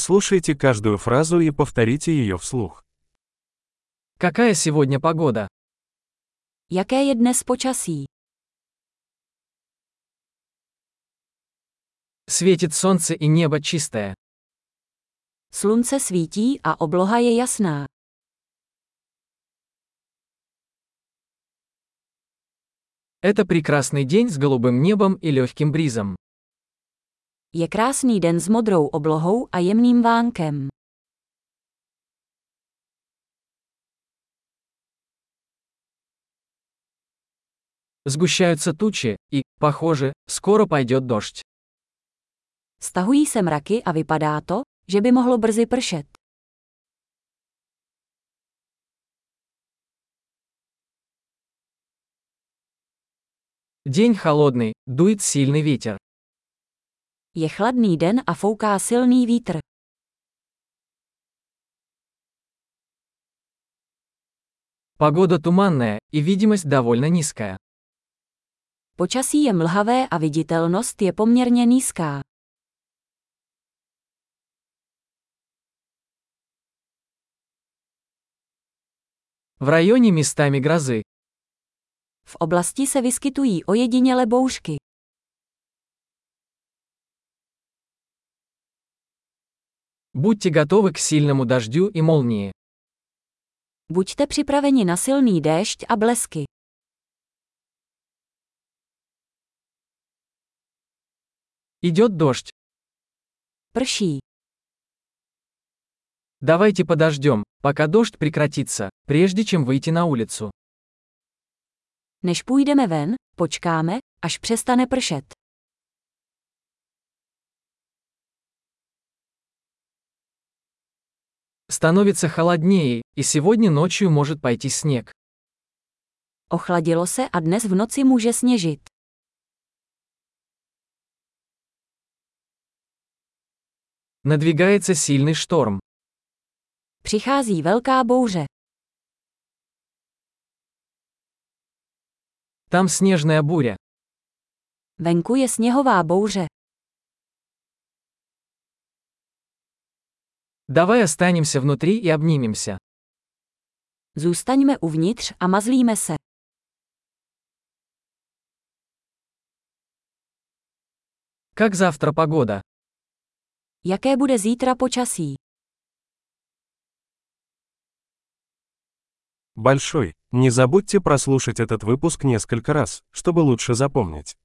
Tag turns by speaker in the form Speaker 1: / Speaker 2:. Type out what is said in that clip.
Speaker 1: Прослушайте каждую фразу и повторите ее вслух.
Speaker 2: Какая сегодня погода?
Speaker 3: Jaké je dnes počasí?
Speaker 2: Светит солнце и небо чистое.
Speaker 3: Slunce svítí a obloha je jasná.
Speaker 2: Это прекрасный день с голубым небом и легким бризом.
Speaker 3: Je krásný den s modrou oblohou a jemným vánkem.
Speaker 2: Сгущаются тучи, и, похоже, скоро пойдет дождь.
Speaker 3: Stahují se mraky a vypadá to, že by mohlo brzy pršet.
Speaker 2: День холодный, дует сильный ветер.
Speaker 3: Je chladný den a fouká silný vítr.
Speaker 2: Погода туманная, и видимость довольно низкая.
Speaker 3: Počasí je mlhavé a viditelnost je poměrně nízká.
Speaker 2: В районе местами грозы.
Speaker 3: V oblasti se vyskytují ojediněle bouřky.
Speaker 2: Будьте готовы к сильному дождю и молнии.
Speaker 3: Buďte připraveni na silný déšť a blesky.
Speaker 2: Идет дождь.
Speaker 3: Prší.
Speaker 2: Давайте подождем, пока дождь прекратится, прежде чем выйти на улицу.
Speaker 3: Než půjdeme ven, počkáme, až přestane pršet.
Speaker 2: Становится холоднее, и сегодня ночью может пойти снег.
Speaker 3: Ochladilo se a dnes v noci může sněžit.
Speaker 2: Надвигается сильный шторм.
Speaker 3: Přichází velká bouře.
Speaker 2: Там снежная буря.
Speaker 3: Venku je sněhová bouře.
Speaker 2: Давай останемся внутри и обнимемся.
Speaker 3: Zůstaňme uvnitř a mazlíme se.
Speaker 2: Как завтра погода?
Speaker 3: Jaké bude zítra počasí?
Speaker 1: Большой. Не забудьте прослушать этот выпуск несколько раз, чтобы лучше запомнить.